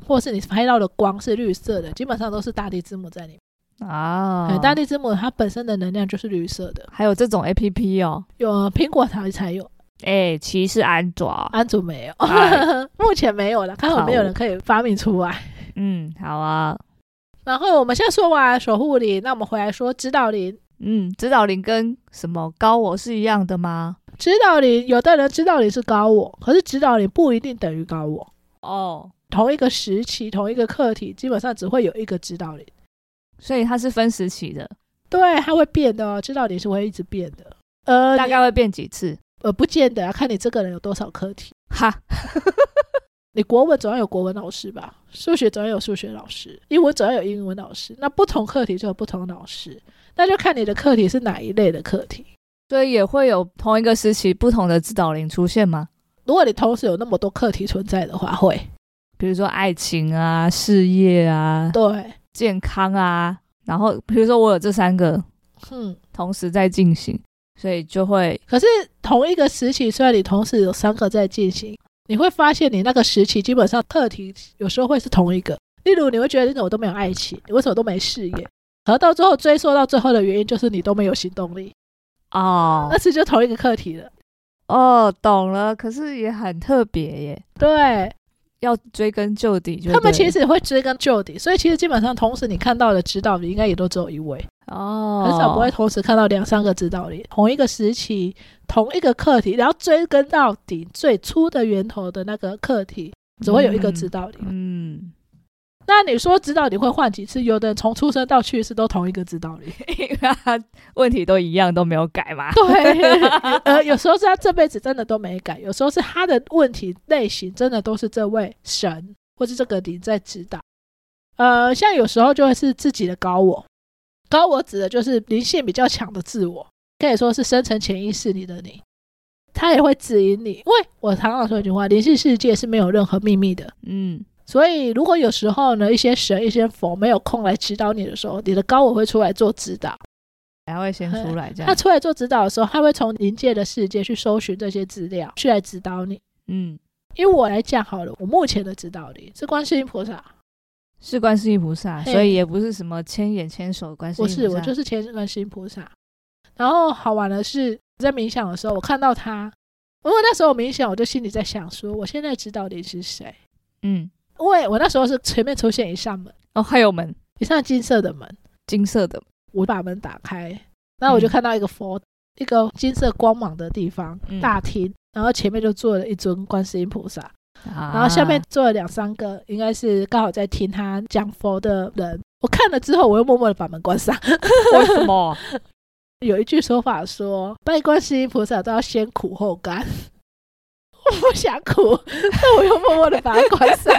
B: 或是你拍到的光是绿色的，基本上都是大地之母在里面。
A: 啊
B: 哎，大地之母它本身的能量就是绿色的，
A: 还有这种 A P P 哦，
B: 有苹果才才有，
A: 哎、其实安卓，
B: 安卓没有，
A: 哎
B: [LAUGHS] 目前没有了，看有没有人可以发明出来。
A: 嗯，好啊，
B: 然后我们现在说完守护灵，那我们回来说指导灵。
A: 嗯，指导灵跟什么高我是一样的吗？
B: 指导灵，有的人指导灵是高我，可是指导灵不一定等于高我。
A: 哦，
B: 同一个时期、同一个课题，基本上只会有一个指导灵。
A: 所以它是分时期的，
B: 对，它会变的哦，指导灵是会一直变的。呃，
A: 大
B: 你
A: 概会变几次？
B: 呃不见得，要看你这个人有多少课题。
A: 哈，
B: 你国文总要有国文老师吧，数学总要有数学老师，英文总要有英文老师。那不同课题就有不同老师，那就看你的课题是哪一类的课题。
A: 所以也会有同一个时期不同的指导灵出现吗？
B: 如果你同时有那么多课题存在的话，会
A: 比如说爱情啊、事业啊、
B: 对，
A: 健康啊，然后比如说我有这三个
B: 嗯。
A: 同时在进行，所以就会
B: 可是同一个时期，虽然你同时有三个在进行，你会发现你那个时期基本上课题有时候会是同一个。例如，你会觉得你怎么都没有爱情，你为什么都没事业？而到最后追溯到最后的原因就是你都没有行动力，
A: 哦
B: 那是就同一个课题了。
A: [LAUGHS] 哦，懂了。可是也很特别耶，
B: 对
A: 要追根究底就对了。
B: 他们其实会追根究底，所以其实基本上同时你看到的指导灵应该也都只有一位，
A: 哦，
B: 很少不会同时看到两三个指导灵，同一个时期、同一个课题，然后追根到底最初的源头的那个课题，只会有一个指导灵。
A: 嗯。
B: 那你说指导你会换几次？有的人从出生到去世都同一个指导灵。
A: 嗯，因为他 [LAUGHS] 问题都一样都没有改嘛。
B: 对，呃，有时候是他这辈子真的都没改，有时候是他的问题类型真的都是这位神或是这个灵在指导。呃，像有时候就会是自己的高我，高我指的就是灵性比较强的自我，可以说是深层潜意识里的你，他也会指引你。因为我常常说一句话，灵性世界是没有任何秘密的，
A: [LAUGHS] 嗯，
B: 所以，如果有时候呢，一些神、一些佛没有空来指导你的时候，你的高我会出来做指导。
A: 还会先出来这
B: 他
A: 样。
B: 出来做指导的时候，他会从灵界的世界去搜寻这些资料，去来指导你。
A: 嗯，
B: 因为我来讲好了，我目前的指导力是观世音菩萨，
A: 是观世音菩萨，
B: 嘿
A: 所以也不是什么牵眼牵手观世
B: 不
A: 音菩
B: 是
A: 萨。
B: 我就是前世观世音菩萨。然后好玩的是，在冥想的时候，我看到他，因为那时候我冥想，我就心里在想说，我现在指导你是谁？
A: 嗯，
B: 因为我那时候是前面出现一扇门，
A: 哦，还有门
B: 一扇金色的门，
A: 金色的，
B: 我把门打开，然后我就
A: 嗯
B: 看到一个佛，一个金色光芒的地方，
A: 嗯
B: 大厅，然后前面就坐了一尊观世音菩萨，
A: 然
B: 然后下面坐了两三个，应该是刚好在听他讲佛的人。我看了之后，我又默默的把门关上。 [LAUGHS]
A: 为什么？
B: 有一句说法说，拜观世音菩萨都要先苦后甘。 [LAUGHS] 我不想苦，但我又默默的把它关上。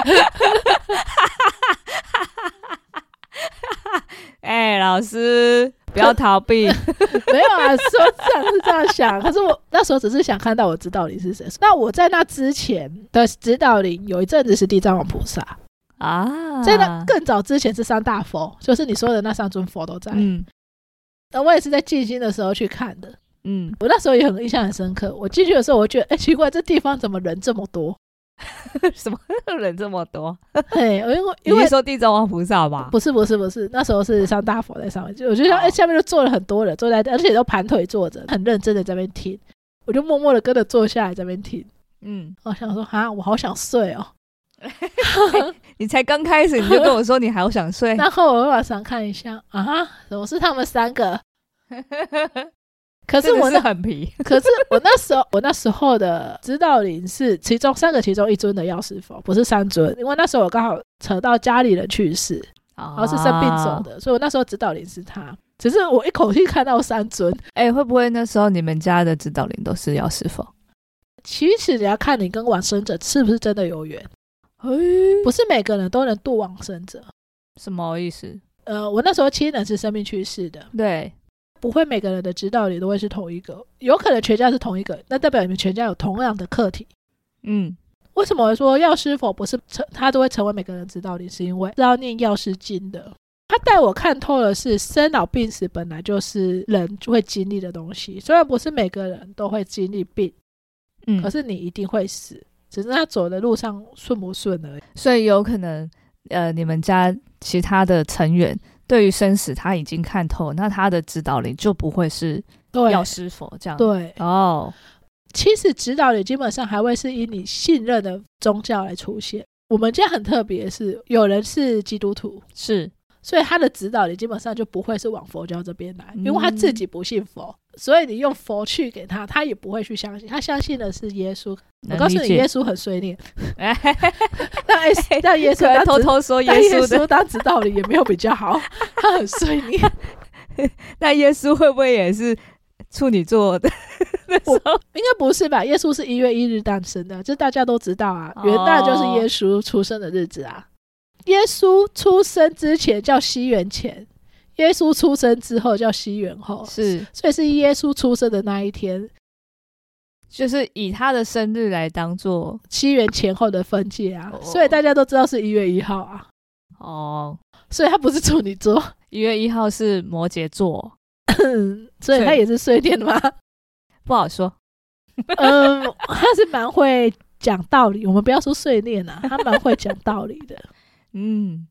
A: 哎、老师，不要逃 [LAUGHS] 避。
B: 没有啊，说这样是这样想，可是我那时候只是想看到我知道你是谁。那我在那之前的指导灵有一阵子是地藏王菩萨，
A: 啊，
B: 在那更早之前是三大佛，就是你说的那三尊佛都在。
A: 嗯
B: 那、我也是在静心的时候去看的，
A: 嗯，
B: 我那时候也很印象很深刻。我进去的时候，我觉得哎、奇怪，这地方怎么人这么多？
A: 什么人这么多？
B: 嘿，因为
A: 你
B: 因为
A: 是。说地藏王菩萨吧？
B: 不是不是不是，那时候是三大佛在上面，就我就想，
A: 哦
B: 哎、下面就坐了很多人，坐在，而且都盘腿坐着，很认真的在那边听，我就默默的跟着坐下来在那边听。
A: 嗯，
B: 我想说啊，我好想睡哦。
A: 你才刚开始你就跟我说你好想睡， [LAUGHS]
B: 然后我又往上看一下啊，怎么是他们三个？可是我
A: 真的是
B: 那
A: 很皮。
B: 可是我那时候我那时候的指导灵是其中三个其中一尊的药师佛，不是三尊，因为那时候我刚好扯到家里人去世，
A: 然
B: 然后是生病走。
A: 啊
B: 的，所以我那时候指导灵是他。只是我一口气看到三尊，
A: 哎、会不会那时候你们家的指导灵都是药师佛？
B: 其实你要看你跟往生者是不是真的有缘，
A: 哎、
B: 不是每个人都能渡往生者。
A: 什么意思？
B: 呃，我那时候亲人是生病去世的，
A: 对，
B: 不会每个人的指导灵都会是同一个，有可能全家是同一个，那代表你们全家有同样的课题。
A: 嗯，
B: 为什么我说药师佛不是成他都会成为每个人指导灵，是因为是要念药师经的。他带我看透了是生老病死本来就是人会经历的东西，虽然不是每个人都会经历病，
A: 嗯
B: 可是你一定会死，只是他走的路上顺不顺而已。
A: 所以有可能，呃，你们家其他的成员对于生死他已经看透，那他的指导灵就不会是
B: 对
A: 药师佛这样。，
B: 对，
A: 哦，
B: 其实指导灵基本上还会是以你信任的宗教来出现。我们家很特别是，有人是基督徒，
A: 是，
B: 所以他的指导你基本上就不会是往佛教这边来，
A: 嗯
B: 因为他自己不信佛，所以你用佛去给他，他也不会去相信，他相信的是耶稣。我
A: 能
B: 告诉
A: 理
B: 你，
A: 解
B: 耶稣很随念，
A: [LAUGHS]
B: [LAUGHS]
A: 哎，
B: 让耶稣让耶稣
A: [LAUGHS] 可能
B: 当
A: 偷
B: 指
A: 偷说耶
B: 让 [LAUGHS] 耶
A: 稣的，
B: 稣当指导你也没有比较好，他很随念。
A: 那耶稣会不会也是处女座
B: [LAUGHS]
A: 的？那时候
B: 应该不是吧？耶稣是一月一日诞生的，这大家都知道啊。
A: 哦
B: 元旦就是耶稣出生的日子啊。耶稣出生之前叫西元前，耶稣出生之后叫西元后，
A: 是，
B: 所以是耶稣出生的那一天，
A: 就是以他的生日来当做
B: 西元前后的分界啊。
A: 哦
B: 所以大家都知道是一月一号啊，
A: 哦，
B: 所以他不是处女
A: [LAUGHS]
B: 座，
A: 一月一号是摩羯座，
B: 所以他也是睡念吗？
A: 不好说。
B: 嗯，他是蛮会讲道理，我们不要说睡念啊，他蛮会讲道理的。
A: 嗯，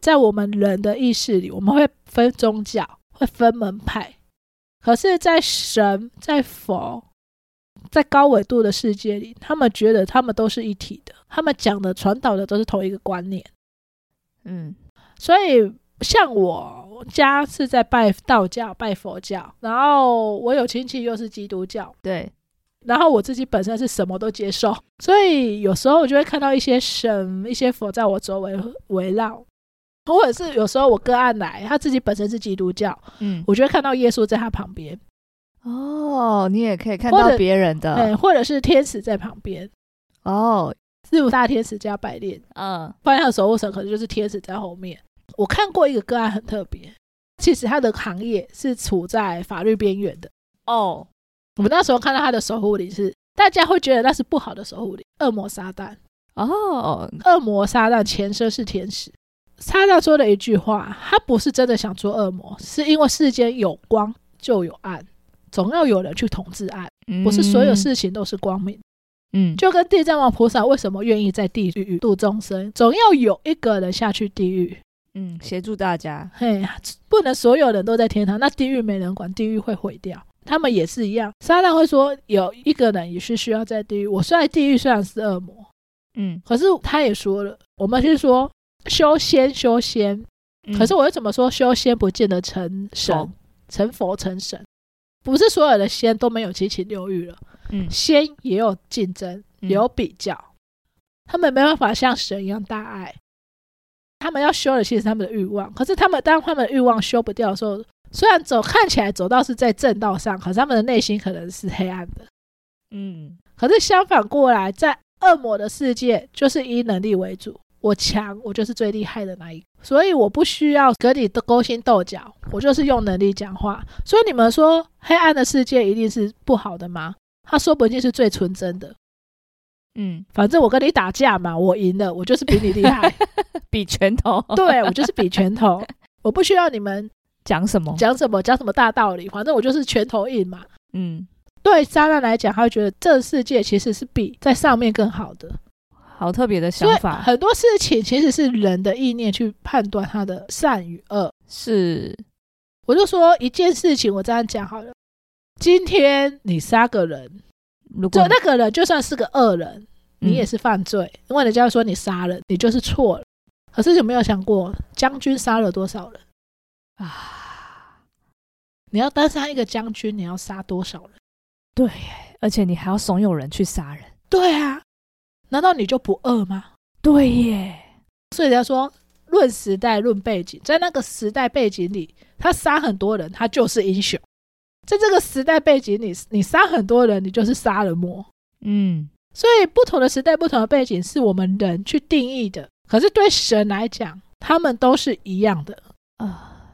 B: 在我们人的意识里，我们会分宗教，会分门派。可是，在神、在佛、在高纬度的世界里，他们觉得他们都是一体的，他们讲的、传导的都是同一个观念。
A: 嗯，
B: 所以，像我家是在拜道教、拜佛教，然后我有亲戚又是基督教，
A: 对，
B: 然后我自己本身是什么都接受， [LAUGHS] 所以有时候我就会看到一些神、一些佛在我周围围绕，或者是有时候我个案来，他自己本身是基督教，
A: 嗯，
B: 我就会看到耶稣在他旁边，
A: 哦，你也可以看
B: 或
A: 到
B: 者
A: 别人的，
B: 嗯，或者是天使在旁边，
A: 哦，
B: 四五大天使加百列，
A: 嗯，
B: 不然他的守护神可能就是天使在后面。我看过一个个案很特别，其实他的行业是处在法律边缘的。
A: 哦，
B: 我那时候看到他的守护灵是，大家会觉得那是不好的守护灵，恶魔撒旦。
A: 哦，
B: 恶魔撒旦前身是天使。撒旦说了一句话，他不是真的想做恶魔，是因为世间有光就有暗，总要有人去统治暗，不是所有事情都是光明。
A: 嗯嗯，嗯，
B: 就跟地藏王菩萨为什么愿意在地狱度众生，总要有一个人下去地狱。
A: 嗯，协助大家，
B: 嘿，不能所有人都在天堂，那地狱没人管，地狱会毁掉。他们也是一样，撒旦会说有一个人也是需要在地狱。我虽然地狱虽然是恶魔，
A: 嗯，
B: 可是他也说了，我们是说修仙修仙，
A: 嗯
B: 可是我又怎么说修仙不见得成神、
A: 佛
B: 成佛成神？不是所有的仙都没有七情六欲了，
A: 嗯
B: 仙也有竞争，也有比较，他们没办法像神一样大爱，他们要修的其实是他们的欲望，可是他们当他们的欲望修不掉的时候，虽然走看起来走道是在正道上，可是他们的内心可能是黑暗的。
A: 嗯，
B: 可是相反过来，在恶魔的世界，就是以能力为主，我强，我就是最厉害的那一个，所以我不需要跟你的勾心斗角，我就是用能力讲话。所以你们说黑暗的世界一定是不好的吗？他说不定是最纯真的。
A: 嗯，
B: 反正我跟你打架嘛，我赢了，我就是比你厉害，
A: 比拳头，
B: 对我就是比拳头，我不需要你们
A: [LAUGHS] 讲什么？
B: 讲什么讲什么大道理，反正我就是拳头硬嘛。
A: 嗯，
B: 对撒旦来讲，他会觉得这世界其实是比在上面更好的，
A: 好特别的想
B: 所以
A: 法，
B: 很多事情其实是人的意念去判断它的善与恶。
A: 是，
B: 我就说一件事情，我这样讲好了。今天你杀个人，
A: 如
B: 就
A: 果嗯
B: 那个人就算是个恶人，你也
A: 是，
B: 是犯罪，因为人家说你杀人，你就是错了。可是有没有想过，将军杀了多少人？
A: 啊，
B: 你要单杀一个将军，你要杀多少人？
A: 对耶，而且你还要怂恿人去杀人，
B: 对啊，难道你就不恶吗？
A: 对耶，
B: 所以人家说，论时代、论背景，在那个时代背景里，他杀很多人，他就是英雄；在这个时代背景里，你杀很多人，你就是杀人魔。
A: 嗯，
B: 所以，不同的时代、不同的背景是我们人去定义的，可是对神来讲，他们都是一样的。
A: 啊，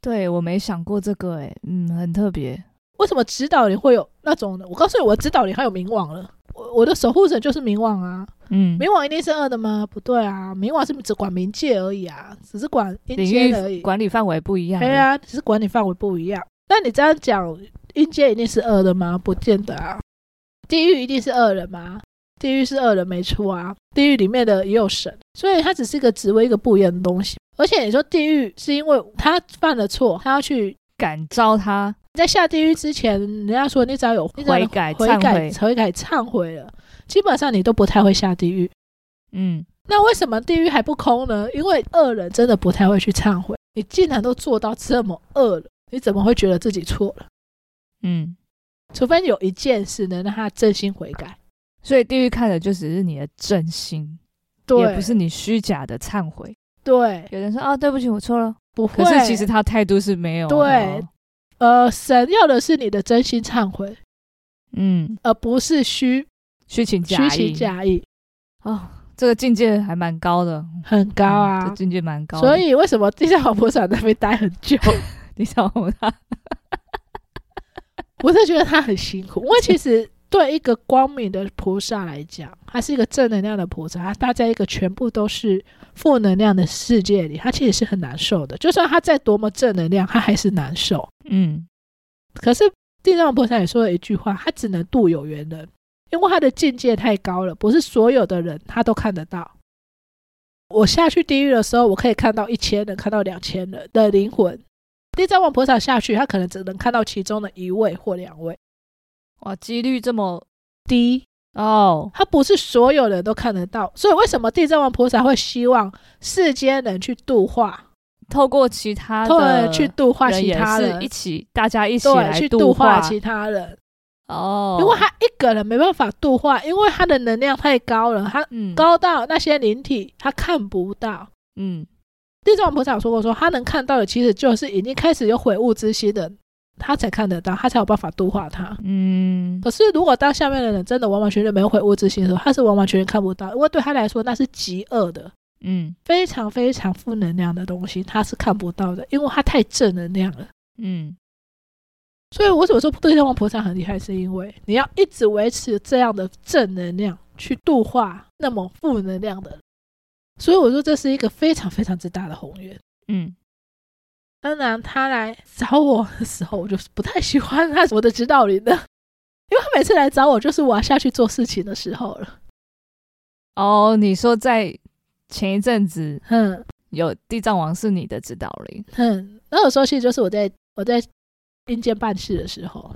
A: 对我没想过这个、欸，诶，嗯，很特别。
B: 为什么指导灵会有那种呢？我告诉你，我指导灵还有冥王了。我我的守护神就是冥王啊，
A: 嗯，
B: 冥王一定是恶的吗？不对啊，冥王是只管冥界而已啊，只是管阴
A: 领
B: 间而已
A: 域。管理范围不一样。
B: 对，啊，只是管理范围不一样。那你这样讲，阴间一定是恶的吗？不见得啊。地狱一定是恶人吗？地狱是恶人没错啊，地狱里面的也有神，所以它只是一个职位，一个不一样的东西。而且你说地狱是因为他犯了错，他要去
A: 感召他
B: 在下地狱之前，人家说你只要有你只要
A: 悔
B: 有
A: 改
B: 悔
A: 忏
B: 改、
A: 悔。
B: 悔改、忏悔了，基本上你都不太会下地狱。
A: 嗯，
B: 那为什么地狱还不空呢？因为恶人真的不太会去忏悔。你竟然都做到这么恶了，你怎么会觉得自己错了？
A: 嗯，
B: 除非有一件事能让他真心悔改，
A: 所以地狱看的就只是你的正心，也
B: 对，
A: 不是你虚假的忏悔。
B: 对，
A: 有人说啊，对不起，我错了。
B: 不
A: 可
B: 会。
A: 是其实他态度是没有的
B: 对
A: 哦。
B: 呃，神要的是你的真心忏悔，
A: 嗯，
B: 而不是虚
A: 虚情假
B: 虚
A: 意。
B: 情假意，
A: 哦，这个境界还蛮高的。
B: 很
A: 嗯这
B: 高啊。
A: 境界蛮高的。
B: 所以为什么地藏王菩萨在那边待很久？
A: 你想我他，
B: 我是觉得他很辛苦，因为其实对一个光明的菩萨来讲，他是一个正能量的菩萨，他待在一个全部都是负能量的世界里，他其实是很难受的。就算他再多么正能量，他还是难受。
A: 嗯
B: 可是地藏王菩萨也说了一句话，他只能度有缘人，因为他的境界太高了，不是所有的人他都看得到。我下去地狱的时候，我可以看到一千人，看到两千人的灵魂。地藏王菩萨下去，他可能只能看到其中的一位或两位。
A: 哇，几率这么
B: 低，
A: 哦，
B: 它不是所有人都看得到，所以为什么地藏王菩萨会希望世间人去度化，
A: 透过其他
B: 或者
A: 的
B: 去度化
A: 人
B: 其
A: 也
B: 他
A: 是
B: 人
A: 一，起，大家一起
B: 对，
A: 来
B: 去
A: 度
B: 化其他人。
A: 哦。
B: 如果他一个人没办法度化，因为他的能量太高了，他
A: 嗯
B: 高到那些灵体他看不到。
A: 嗯
B: 地藏王菩萨有说过说，他能看到的其实就是已经开始有悔悟之心的人，他才看得到，他才有办法度化他。
A: 嗯
B: 可是，如果当下面的人真的完完全全没有悔悟之心的时候，他是完完全全看不到，因为对他来说那是极恶的。
A: 嗯
B: 非常非常负能量的东西，他是看不到的，因为他太正能量了。
A: 嗯
B: 所以我为什么说对象王菩萨很厉害，是因为你要一直维持这样的正能量，去度化那么负能量的人。所以我说这是一个非常非常之大的宏愿。
A: 嗯，
B: 当然，他来找我的时候，我就是不太喜欢他我的指导灵的，因为他每次来找我，就是我要下去做事情的时候了。
A: 哦，你说在前一阵子
B: 嗯
A: 有地藏王是你的指导灵
B: 嗯，那有时候其实就是我在我在阴间办事的时候，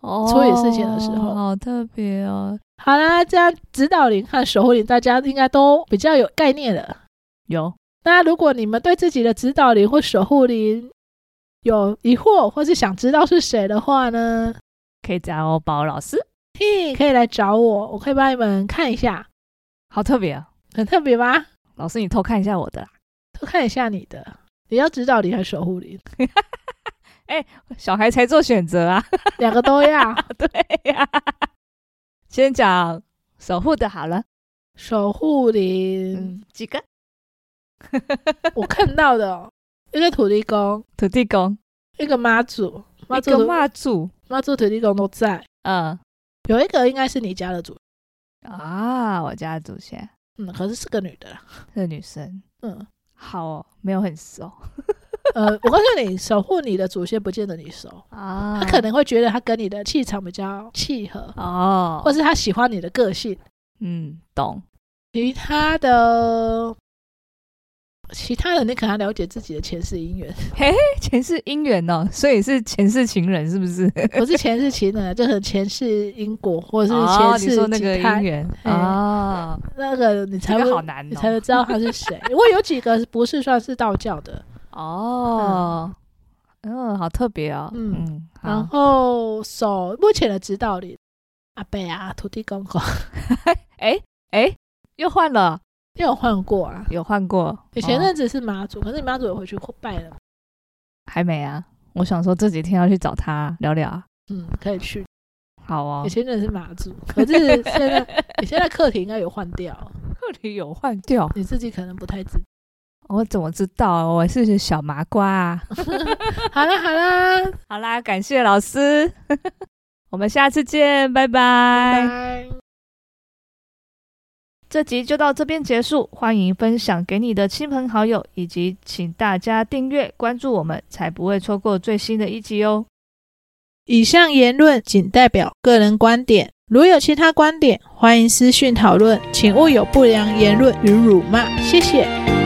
A: 哦，
B: 处理事情的时候
A: 好特别哦。
B: 好啦，这样指导灵和守护灵大家应该都比较有概念了。
A: 有，
B: 那如果你们对自己的指导灵或守护灵有疑惑，或是想知道是谁的话呢，
A: 可以找宝老师，
B: 嘿，可以来找我，我可以帮你们看一下，
A: 好特别啊！
B: 很特别吧？
A: 老师，你偷看一下我的啦。啊
B: 都看一下你的，你要指导灵还是守护灵，
A: 小孩才做选择啊。 [LAUGHS]
B: 两个都要。
A: 对呀、先讲守护的好了，嗯
B: 守护灵，，
A: 几 [LAUGHS] 个
B: 我看到的哦一个土地公，
A: 土地公，
B: 一个妈祖，妈
A: 一
B: 祖
A: 个骂主，
B: 妈祖土地公都在，
A: 嗯
B: 有一个应该是你家的主，
A: 啊，我家的祖先
B: 嗯，可是是个女的啦，
A: 是女生，
B: 嗯。
A: 好、哦，没有很熟
B: 呃，我告诉你，守护你的祖先不见得你
A: [LAUGHS]
B: 熟，
A: 啊
B: 他可能会觉得他跟你的气场比较契合，
A: 哦，
B: 或是他喜欢你的个性。
A: 嗯，懂，
B: 其他的，其他的你可能要了解自己的前世姻缘，
A: 前世姻缘哦，所以是前世情人是不是？
B: 不是前世情人，啊就是前世因果，或者是
A: 哦
B: 前，
A: 你
B: 世
A: 说那个
B: 几胎
A: 姻缘
B: 嘿
A: 啊，
B: 那个你才
A: 这
B: 会
A: 个好难
B: 你才
A: 哦，
B: 会知道他是谁。因为有几个不是算是道教
A: [LAUGHS]
B: 的，
A: 哦， [LAUGHS] 嗯，好特别哦，
B: 嗯
A: 嗯，
B: 然
A: 好，
B: 后守目前的指导里，阿伯啊，土地公公，
A: 哎，又换了，
B: 因为我换过啊，
A: [LAUGHS] 有换过？
B: 以前
A: 哦
B: 那只是妈祖，可是你妈祖也回去拜了嘛，
A: 还没啊。我想说这几天要去找他聊聊啊。
B: 嗯，可以去。
A: 好哦
B: 以，前那是妈祖，可是现在你现在课题应该有换掉，
A: [LAUGHS] 这里有换掉，
B: 你自己可能不太知。
A: [LAUGHS] 我怎么知道啊？我是小麻瓜啊。 [LAUGHS]
B: 好啦好啦，
A: 好啦，感谢老师， [LAUGHS] 我们下次见，拜拜。
B: 拜。
A: 这集就到这边结束，欢迎分享给你的亲朋好友，以及请大家订阅关注我们，才不会错过最新的一集哦。
B: 以上言论仅代表个人观点，如有其他观点，欢迎私讯讨论，请勿有不良言论与辱骂。谢谢。